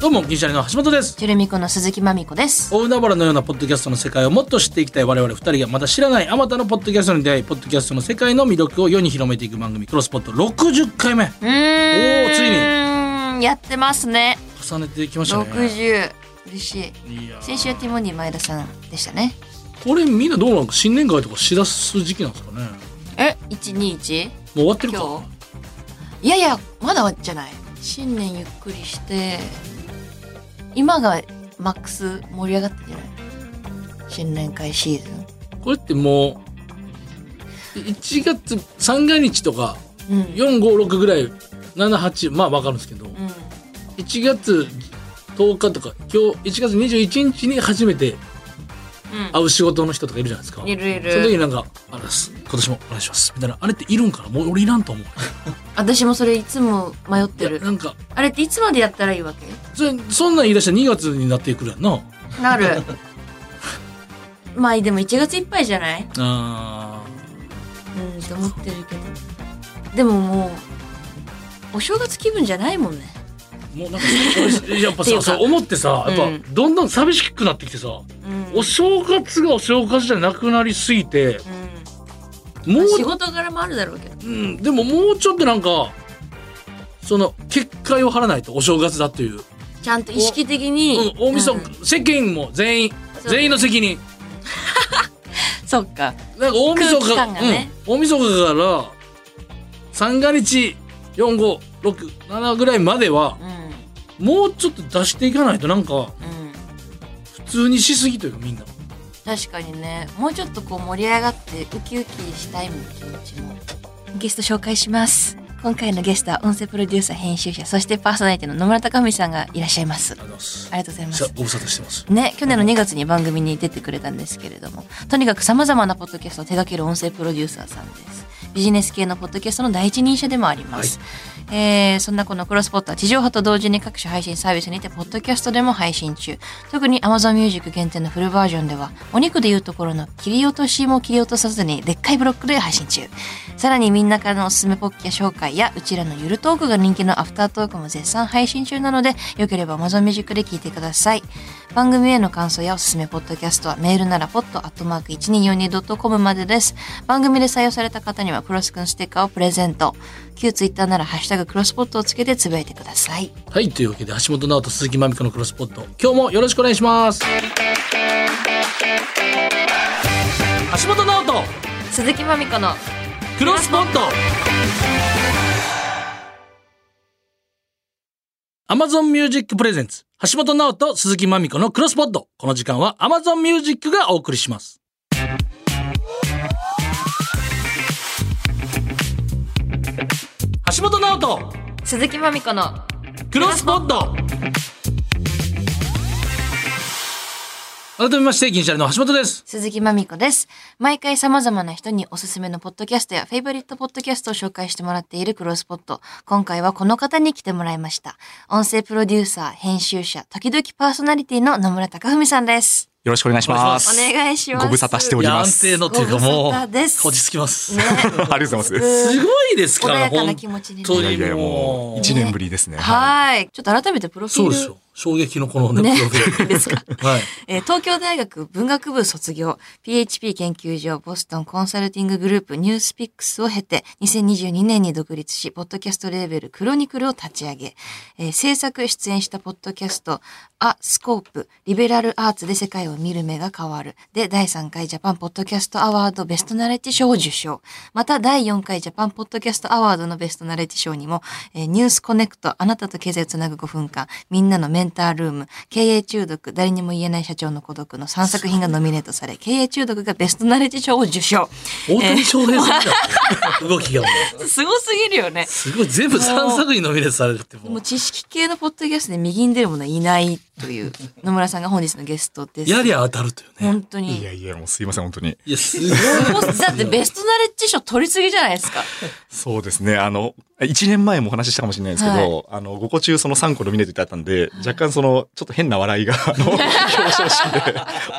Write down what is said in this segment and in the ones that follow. どうも銀シャリの橋本ですチュルミコの鈴木まみこです大海原のようなポッドキャストの世界をもっと知っていきたい我々二人がまだ知らないあまたのポッドキャストに出会いポッドキャストの世界の魅力を世に広めていく番組クロスポット60回目うーんおーついにやってますね重ねてきましたね60嬉しいいやー先週はティモンディ前田さんでしたねこれみんなどうなんか新年会とかしだす時期なんですかねもえ121う終わってるか今日いやいやまだ終わっじゃない新年ゆっくりして今がマックス盛り上がってんじゃない新年会シーズこれってもう1月三が日とかンうん456ぐらい78まあ分かるんですけどうん1月10日とか今日1月21日に初めて会う仕事の人とかいるじゃないですか、いるいその時にるなんか「あれです今年もお願いします」みたいなあれっているんかなもう俺いらんと思う私もそれいつも迷っいてやるなんかあれっていつまでやったらいいわけそれそんなん言い出したら2月になってくるやんななるまあでも1月いっぱいじゃないあうんと思ってるけどでももうお正月気分じゃないもんねーもう なんか俺やっぱっていうさかそう思ってさやっぱ、うんどんどん寂しくなってきてさうん、お正月がお正月じゃなくなりすぎてもう、うん仕事柄もあるだろうけどうん、でももうちょっとなんか、その、結界を張らないと、お正月だという。ちゃんと意識的うんに、、大晦うん日、世間も全員、そう全員の責任。そっかなんか大晦空日、気感がねうん、大晦日から、三が日、4、5、6、7ぐらいまではう、んもうちょっと出していかないと、なんか、うん普通にしすぎというか、みんな。確かにねもうちょっとこう盛り上がってウキウキしたいもん気持ちもゲスト紹介します今回のゲストは音声プロデューサー編集者そしてパーソナリティの野村高美さんがいらっしゃいますありがとうございますありがとうございまさすご無沙汰してます。ね、去年の2月に番組に出てくれたんですけれども、とにかく様々なポッドキャストを手掛ける音声プロデューサーさんです。ビジネス系のポッドキャストの第一人者でもあります。えーそんなこのクロスポットは地上波と同時に各種配信サービスにて、ポッドキャストでも配信中。特に Amazon Music 限定のフルバージョンでは、お肉でいうところの切り落としも切り落とさずに、でっかいブロックで配信中。さらにみんなからのおすすめポッキャ紹介や、うちらのゆるトークが人気のアフタートークも絶賛配信中なので、よければ Amazon Music で聞いてください。番組への感想やおすすめポッドキャストはメールなら pod.1242.com までです。番組で採用された方にはクロスくんステッカーをプレゼント。旧ツイッターならハッシュタグクロスポットをつけてつぶやいてください。はい、というわけで、橋本直人、鈴木まみこのクロスポット、今日もよろしくお願いします。橋本直人鈴木まみこのクロスポット Amazon Music Presents 橋本直人鈴木まみこのクロスポットこの時間は Amazon Music がお送りします橋本直人鈴木まみこのクロスポット改めまして銀シャリの橋本です鈴木まみこです。毎回様々な人におすすめのポッドキャストやフェイバリットポッドキャストを紹介してもらっているクロスポット。今回はこの方に来てもらいました。音声プロデューサー、編集者、時々パーソナリティの野村貴文さんです。よろしくお願いします。お願いします。ご無沙汰しておいりやま安す。定のっていうかもごう無沙汰です落ち着きます、ね ありがとうございます。すごいですから穏やか本な気持ちにね当いやにいもやもうう一年ぶりですね。い。はい。ちょっと改めてプロフィーそル。うですよ衝撃のこのねね プロフィールですか。はいえー東京大学文学部卒業、PHP 研究所、ボストンコンサルティンググループ、ニュースピックスを経て、2022年に独立し、ポッドキャストレーベル、クロニクルを立ち上げ、えー制作、出演したポッドキャスト、ア・スコープ、リベラルアーツで世界を見る目が変わる。で、第3回ジャパンポッドキャストアワードベストナレッジ賞を受賞。また、第4回ジャパンポッドキャストアワードのベストナレッジ賞にも、えーニュースコネクト、あなたと経済をつなぐ5分間、みんなのメンタールーム、経営中毒、誰にも言えない社長の孤独の3作品がノミネートされ、経営中毒がベストナレッジ賞を受賞。大谷翔平さんじゃん動きがもうすごすぎるよね。すごい全部三作品ノミネートされるってももうう知識系のポッドキャストで右に出るものはいないという野村さんが本日のゲストです。やりゃ当たるというね。本当いに。やいや、もうすいません、本当に。いや、すごい。もうだってベストナレッジ賞取りすぎじゃないですか。そうですね。あの、1年前もお話ししたかもしれないですけど、あの、5個中その3個ノミネートいただったんで、若干その、ちょっと変な笑い が、あの、表彰式で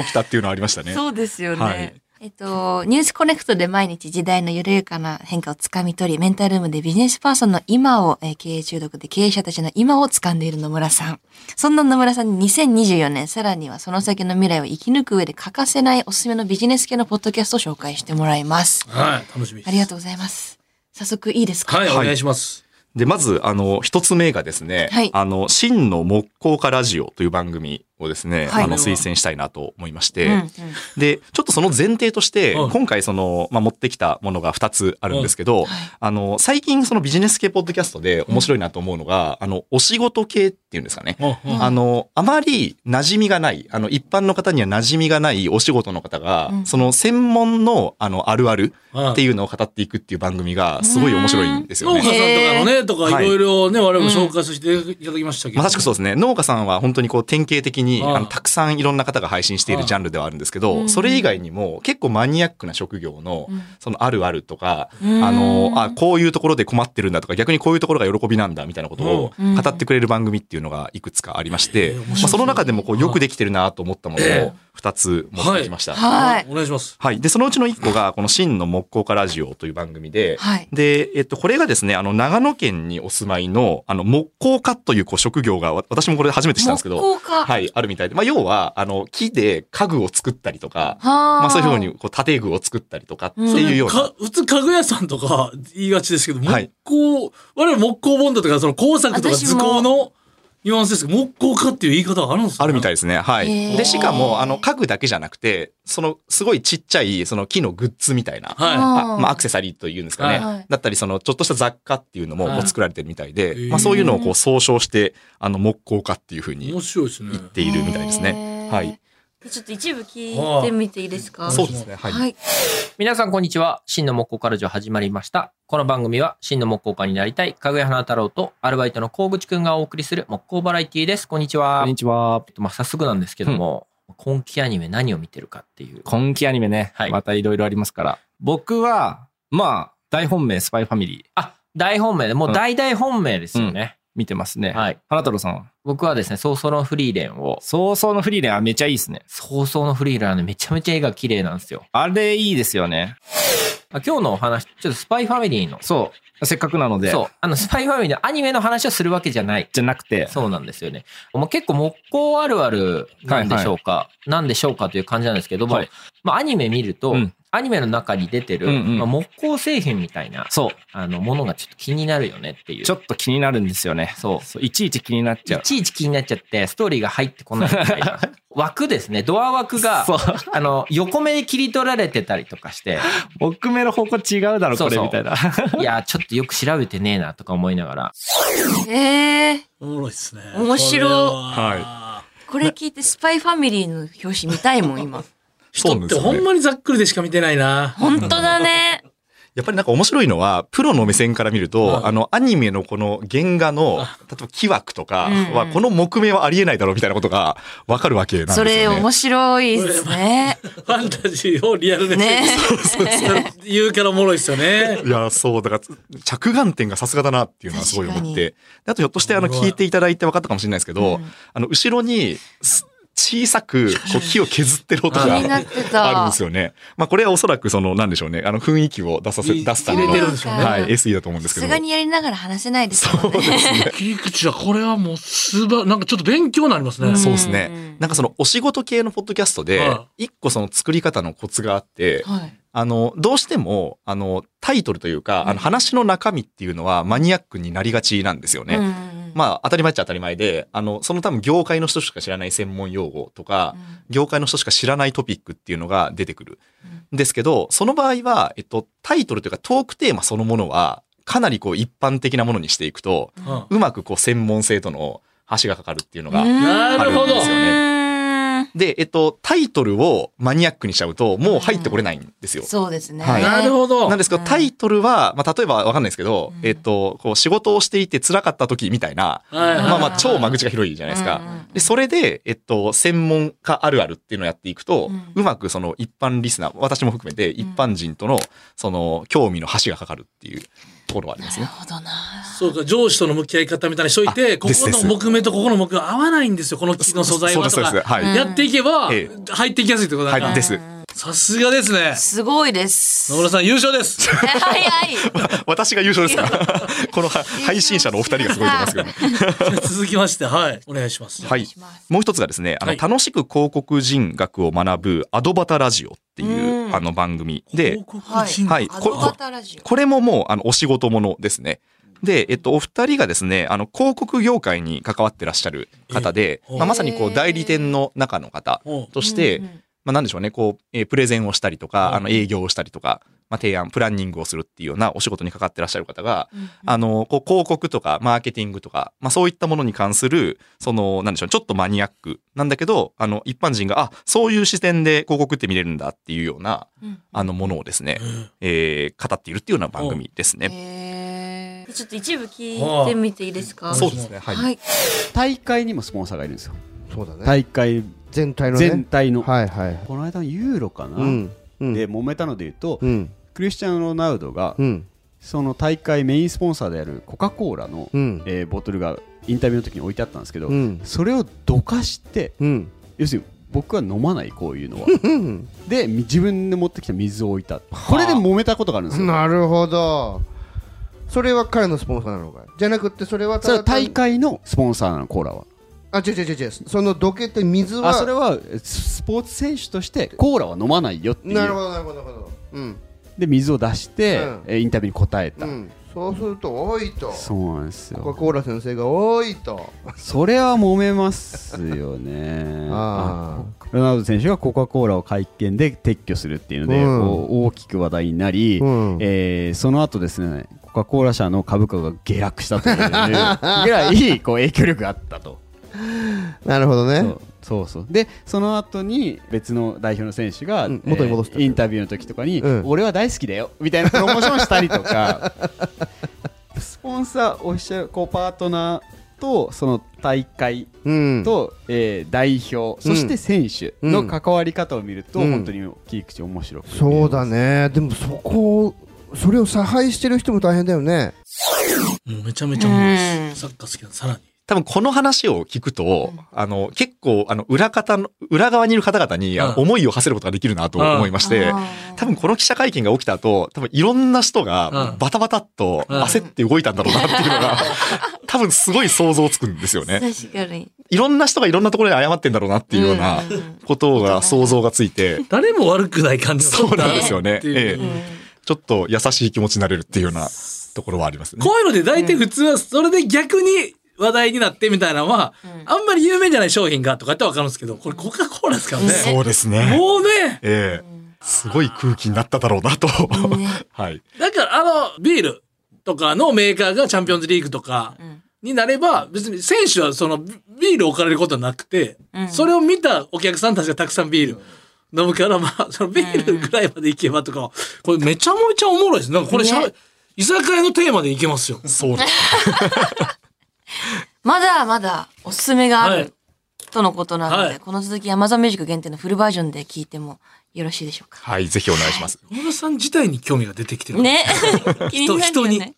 起きたっていうのはありましたね。そうですよね。はいえっと、ニュースコネクトで毎日時代の緩やかな変化をつかみ取り、メンタルームでビジネスパーソンの今を、えー経営中毒で経営者たちの今を掴んでいる野村さん。そんな野村さんに2024年、さらにはその先の未来を生き抜く上で欠かせないおすすめのビジネス系のポッドキャストを紹介してもらいます。はい、楽しみです。ありがととうございます。早速いいですかはい、おはい願いします。で、まず、あの、一つ目がですね、はいあの、真の木工家ラジオという番組をですね、はいあの、推薦したいなと思いましうて、んうんで、ちょっとその前提として、はい今回その、まあ、持ってきたものが2つあるんですけど、あの、最近そのビジネス系ポッドキャストで面白いなと思うのが、あの、お仕事系っていうんですかね。うんうんあの、あまり馴染みがない、あの、一般の方には馴染みがないお仕事の方が、うんその専門の、あの、あるあるはいっていうのを語っていくっていう番組がすごい面白いんですよ農ね家。さんとかのね、とかはいいろいろね、我々もうん紹介させていただきましたけど。まさしくそうですね。農家さんは本当にこう典型的に、あああの、たくさんいろんな方が配信しているジャンルではあるんですけうど、んそれ以外にも結構マニアックな職業のうん、そのあるあるとか、うんあの、あ、こういうところで困ってるんだとか、逆にこういうところが喜びなんだみたいなことをうん語ってくれる番組っていうのがいくつかありましえてえ面、白まいあその中でもこうよくできてるなと思ったものを2つ持ってきました。はい。お願いします。はい。で、そのうちの1個が、この真の木工家ラジオという番組で、はいで、えっと、これがですね、あの、長野県にお住まいの、あの、木工家というこう職業が、わ私もこれ初めて知ったんですけど、木工家はい、あるみたいで、まあ、要は、あの、木で家具を作ったりとか、はまあ、そういうふううに、こう、建具を作ったりとかってんいうような、か普通家具屋さんとか言いがちですけど、はい木工、我々木工ボンドとか、その工作とか私図も工のニュアンスですけど、木工家っていう言い方があるんですかあるみたいい。ですね。はへーい。で、しかも、あの、家具だけじゃなくて、その、すごいちっちゃい、その木のグッズみたいな、はい。あまあ、アクセサリーというんですかね、はいだったりそのちょっとした雑貨っていうのもはいこう作られてるみたいへーで、まあ、そういうのをこう総称してあの木工家っていうふうに面白いですね言。っているみたいですね。はい、。ちょっと一部聞いてみていいですか。そうですね、はいはい。皆さんこんにちは。真の木工カルジオ始まりました。この番組は真の木工家になりたい、かぐや花太郎とアルバイトの小口くんがお送りする木工バラエティです。こんにちは。こんにちはえっ。とまあ、早速なんですけども、今期アニメ何を見てるかっていう。今期アニメね、はいまたいろいろありますから。僕は、まあ、大本命、スパイファミリーあ、大本命で、もう大大本命ですよね。見てますね。はい。花太郎さんは。僕はですね、早々のフリーレンを、早々のフリーレン、あ、めちゃいいですね。早々のフリーレンはね、めちゃめちゃ絵が綺麗なんですよ。あれいいですよね。あ今日のお話、ちょっとスパイファミリーの。そう。せっかくなので。そう。あの、スパイファミリーのアニメの話をするわけじゃない。じゃなくて。そうなんですよね。もう結構木工あるあるなんでしょうか、なんでしょうかという感じなんですけども、はいまあアニメ見ると、うんアニメの中に出てる、うんうんまあ、木工製品みたいなそう。あのものがちょっと気になるよねっていう。ちょっと気になるんですよね。そうそう。いちいち気になっちゃ。いうちいち気になっちゃって、ストーリーが入ってこないみたい な。枠ですね、ドア枠がそう、あの、横目で切り取られてたりとか して、僕目の方向違うだろ、そこうれ、そうみたいな。いや、ちょっとよく調べてねえなとか思いながら、ええ、おもろいですね。面白いこれははこれ聞いてスパイファミリーの表紙見たい もん今。そう人なんっですてほよねんまにざっくりでしか見てない な。本当だね。やっぱりなんか面白いのはプロの目線から見ると、はいあのアニメのこの原画の例えば木枠とかは、うんこの木目はありえないだろうみたいなことがわかるわけなんですそよね。れ面白いですね。ファンタジーをリアルでね。言うからおもろいですよね。いや、そう、だから、着眼点がさすがだなっていうのはすごい思っ確かにて。であと、ひょっとして、あの、すごい聞いていただいて分かったかもしれないですけど、うんあの、後ろに、す小さく、こう、木を削ってる音気にながってた。あるんですよね。まあ、これはおそらく、その、なんでしょうね、あの、雰囲気を出させ、い出すため入の、れてるんでしょうねはい、SE だと思うんですさすけどもが。にやりながら話せないですよね。 切り口はこれはもうすばなんかちょっと勉強になりますね。そうですねうんうん。なんかその、お仕事系のポッドキャストでは、一個その作り方のコツがあって、はい。あの、どうしても、あの、タイトルというか、あの、話の中身っていうのはマニアックになりがちなんですよね。ねまあ当たり前っちゃ当たり前で、あの、その多分業界の人しか知らない専門用語とか、業界の人しか知らないトピックっていうのが出てくる。ですけど、その場合は、えっと、タイトルというかトークテーマそのものは、かなりこう一般的なものにしていくと、うんうまくこう専門性との橋がかかるっていうのが、なるほどあるんですよねね。で、えっと、タイトルをマニアックにしちゃうと、もう入ってこれないんですよ。そうですね。はいなるほど。なんですけうど、んタイトルは、まあ、例えばわかんないですけど、うんえっと、こう、仕事をしていて辛かった時みたいな、はいはいまあまあ、超間口が広いじゃないですか。うんうんうんで、それで、えっと、専門家あるあるっていうのをやっていくと、ううまくその一般リスナー、私も含めて一般人との、その、興味の橋がかかるっていうところはありますなるね。ほどな。そうか、上司との向き合い方みたいにしといて、あここですでのす木目とここの木目が合わないんですよ、この木の素材そうではす、とそうです。か。はい。うんやっていけば、え入っていきやすいってことだは、ないで。す。さすがですね。すごいです。野村さん優勝 です。はいはい。私が優勝で すかこのは 配信者のお二人がすごいと思いますけどね。続きまして、はい、お願いします。はい。もう一つがですね、あはの、い楽しく広告人学を学ぶアドバタラジオっていううんあの番組で広、告人はいアこドれバタラジオ。これももうあのお仕事ものですね。で、えっと、お二人がですね、あの、広告業界に関わってらっしゃる方で、ええまあ、まさにこへう、え代理店の中の方おとして、うんうんまあ、なんでしょうね、こう、えープレゼンをしたりとうんか、あの、営業をしたりとか、まあ、提案、プランニングをするっていうようなお仕事に関わってらっしゃる方が、うんうんあの、こう、広告とか、マーケティングとか、まあ、そういったものに関する、その、なんでしょう、ちょっとマニアックなんだけど、あの、一般人が、あ、そういう視点で広告って見れるんだっていうような、うんあの、ものをですね、うんえー語っているっていうような番組ですね。へーちょっと一部聞いてみていいですか。そうですね。はい。はい。大会にもスポンサーがいるんですよそうだね。大会全体のね。全体の、はいはい。この間のユーロかな、うん。うん。で揉めたので言うと、うん。クリスチャン・ロナウドが、うん。その大会メインスポンサーであるコカ・コーラの、うん。えーボトルがインタビューの時に置いてあったんですけど、うん。それをどかしてうん。要するに僕は飲まないこういうのはうん。で自分で持ってきた水を置いたこれで揉めたことがあるんですよなるほど。それは彼のスポンサーなのかいじゃなくってそれはそれは大単会のスポンサーなのコーラはあ違う違う違う違うそのどけて水はあそれはえスポーツ選手としてコーラは飲まないよっていうなるほどなるほどなるほどうんで水を出して、うんえーインタビューに答えうた、んそうすると多いとそうなんですコカ・よコーラ先生が多いとそれは揉めますよねあロナウド選手がコカ・コーラを会見で撤去するっていうので、うんこう大きく話題になり、うんえーその後ですねコカ・コーラ社の株価が下落したというぐ らいこう影響力があったとなるほどそねうそうそうでその後に別の代表の選手が、うん元に戻したえーインタビューの時とかに、うん俺は大好きだよみたいなプロモーションしたりとか スポンサーオフィシャルコパートナーとその大会うんと、えー代表そして選手の関わり方を見ると、うん本当に切り口面白くそうだねでもそこをそれを差配してる人も大変だよねもうめちゃめちゃ重いです。サッカー好きなのさらに。多分この話を聞くと、あの、結構、あの、裏方の、裏側にいる方々に、あのうん思いを馳せることができるなと思いまして、多分この記者会見が起きた後、多分いろんな人うがんバタバタっとうん焦って動いたんだろうなっていうの が、多分すごい想像つくんですよね。確かに。いろんな人がいろんなところで謝ってんだろうなっていうようなうんうんことが想像がついて、誰も悪くない感じだったそうなんですよねっていうええうんちょっと優しい気持ちになれるっていうようなところはありますね。こういうので大体普通はそれで逆に話題になってみたいなのは、あんまり有名じゃない商品がとかやってわかるんですけど、これコカ・コーラですからね。そうですね。もうね、ええすごい空気になっただろうなと。 はい。だからあのビールとかのメーカーがチャンピオンズリーグとかになれば、別に選手はそのビビールを置かれることはなくて、うんそれを見たお客さんたちがたくさんビール。飲むから、まあ、そのビールぐらいまでいけばとか、これめちゃめちゃおもろいです。なんかこれしゃべ、ね居酒屋のテーマでいけますよ。そうです。まだまだおすすめがあはいるとのことなので、はいこの続き Amazon ミュージック限定のフルバージョンで聞いてもよろしいでしょうか。はい、ぜひお願いします。野村さん自体に興味が出てきてる。ね。 気になるよね人に。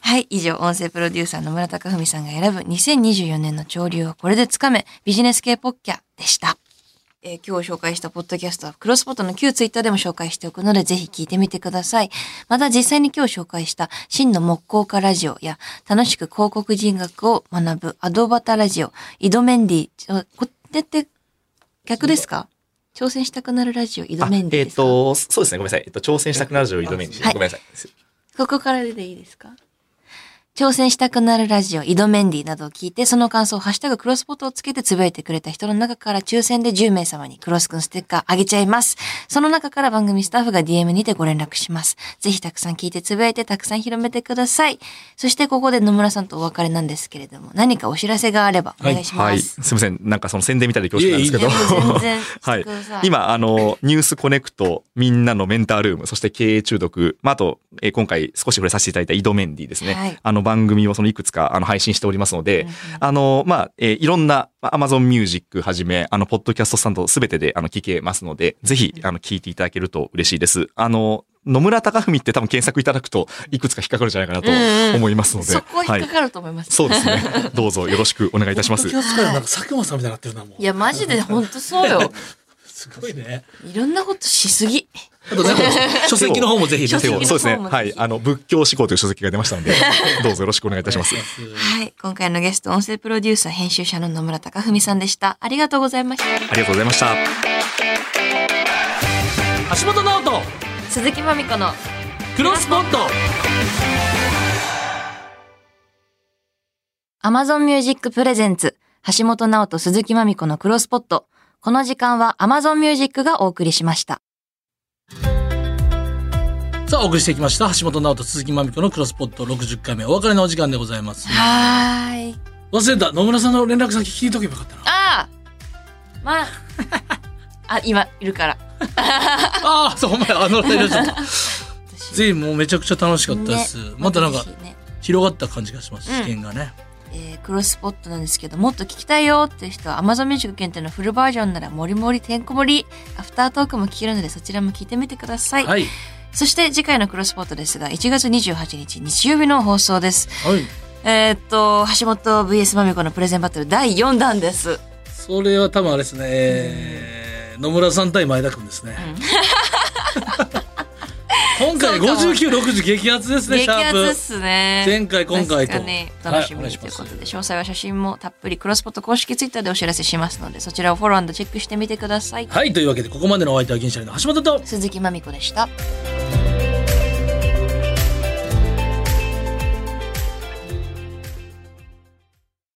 はい、以上、音声プロデューサーの村田文さんが選ぶ2024年の潮流をこれでつかめ、ビジネス系ポッキャでした。えー今日紹介したポッドキャストは、クロスポットの旧ツイッターでも紹介しておくので、ぜひ聞いてみてください。また実際に今日紹介した、真の木工家ラジオや、楽しく広告人学を学ぶアドバタラジオ、イドメンディ、ちょこれって逆ですか挑戦したくなるラジオ、イドあメンディえっ、ですか、と、そうですね。ごめんなさい。えっと、挑戦したくなる女優挑めん、はいごめんなさい。ここからでいいですか挑戦したくなるラジオ、イドメンディなどを聞いて、その感想をハッシュタグクロスポットをつけてつぶやいてくれた人の中から抽選で10名様にクロスくんステッカーあげちゃいます。その中から番組スタッフが DM にてご連絡します。ぜひたくさん聞いてつぶやいてたくさん広めてください。そしてここで野村さんとお別れなんですけれども、何かお知らせがあればお願いしはまい。す。すみません。なんかその宣伝みたいで恐縮なんですけど。いえいえいえ全然 はしてください今、あの、ニュースコネクト、みんなのメンタールーム、そして経営中毒、まあ、あと、えー今回少し触れさせていただいた井戸メンディですね。はいあの番組をそのいくつか、あの、配信しておりますので、あの、まあ、えーいろんな、まあ Amazon Music はじめ、あの、ポッドキャストスタンドすべてで、あの、聞けますので、ぜひ、あの、聞いていただけると嬉しいです。あの、野村貴文って多分検索いただくと、いくつか引っかかるんじゃないかなと思いますので。そこ引っかはいかると思います。そうですね。どうぞよろしくお願いいたしますポッ。ドキャストからなんか佐久間さんみたいになってるな、もう。いや、マジで本当そうよ。すごいね。いろんなことしすぎ。あと、 なんか、書籍の方もぜひ書籍でのも方そうですね。もぜひはい。あの、仏教思考という書籍が出ましたの で、どうぞよろしくお願いいたします。はい。今回のゲスト、音声プロデューサー、編集者の野村貴文さんでした。ありがとうございました。ありがとうございました。橋本直人、鈴木まみこのクロスポット Amazon Music Presents 橋本直人鈴木まみこのクロスポット。この時間は Amazon Music がお送りしました。さあ、お送りしてきました。橋本直人、鈴木まみこのクロスポット60回目、お別れのお時間でございます。はーい。忘れた、野村さんの連絡先聞いとけばよか ったな。ああまあ。 あ、今いるから。ああ、そう、お前、あの、連絡ちょっと。 私ぜひ、もうめちゃくちゃ楽しかったです。ねまたなんかぜ、ひね広がった感じがします、うん試験がね。えークロスポットなんですけど、もっと聞きたいよっていう人は Amazon Music 限定のフルバージョンならもりもりてんこ盛り、アフタートークも聞けるのでそちらも聞いてみてください。はい。そして次回のクロスポットですが、1月28日日曜日の放送です。はい。えーっと、橋本 VS まみこのプレゼンバトル第4弾です。それは多分あれですね、えー野村さん対前田君ですね。今回そうかも59、60激アツですね、激シャアーツプっ。すね。前回今回と確かに楽しみはいお願にいしとまいうすことで、詳細は写真もたっぷりクロスポット公式ツイッターでお知らせしますので、そちらをフォローチェックしてみてください。はい、というわけでここまでのお相手は銀シャリの橋本と鈴木まみこでした。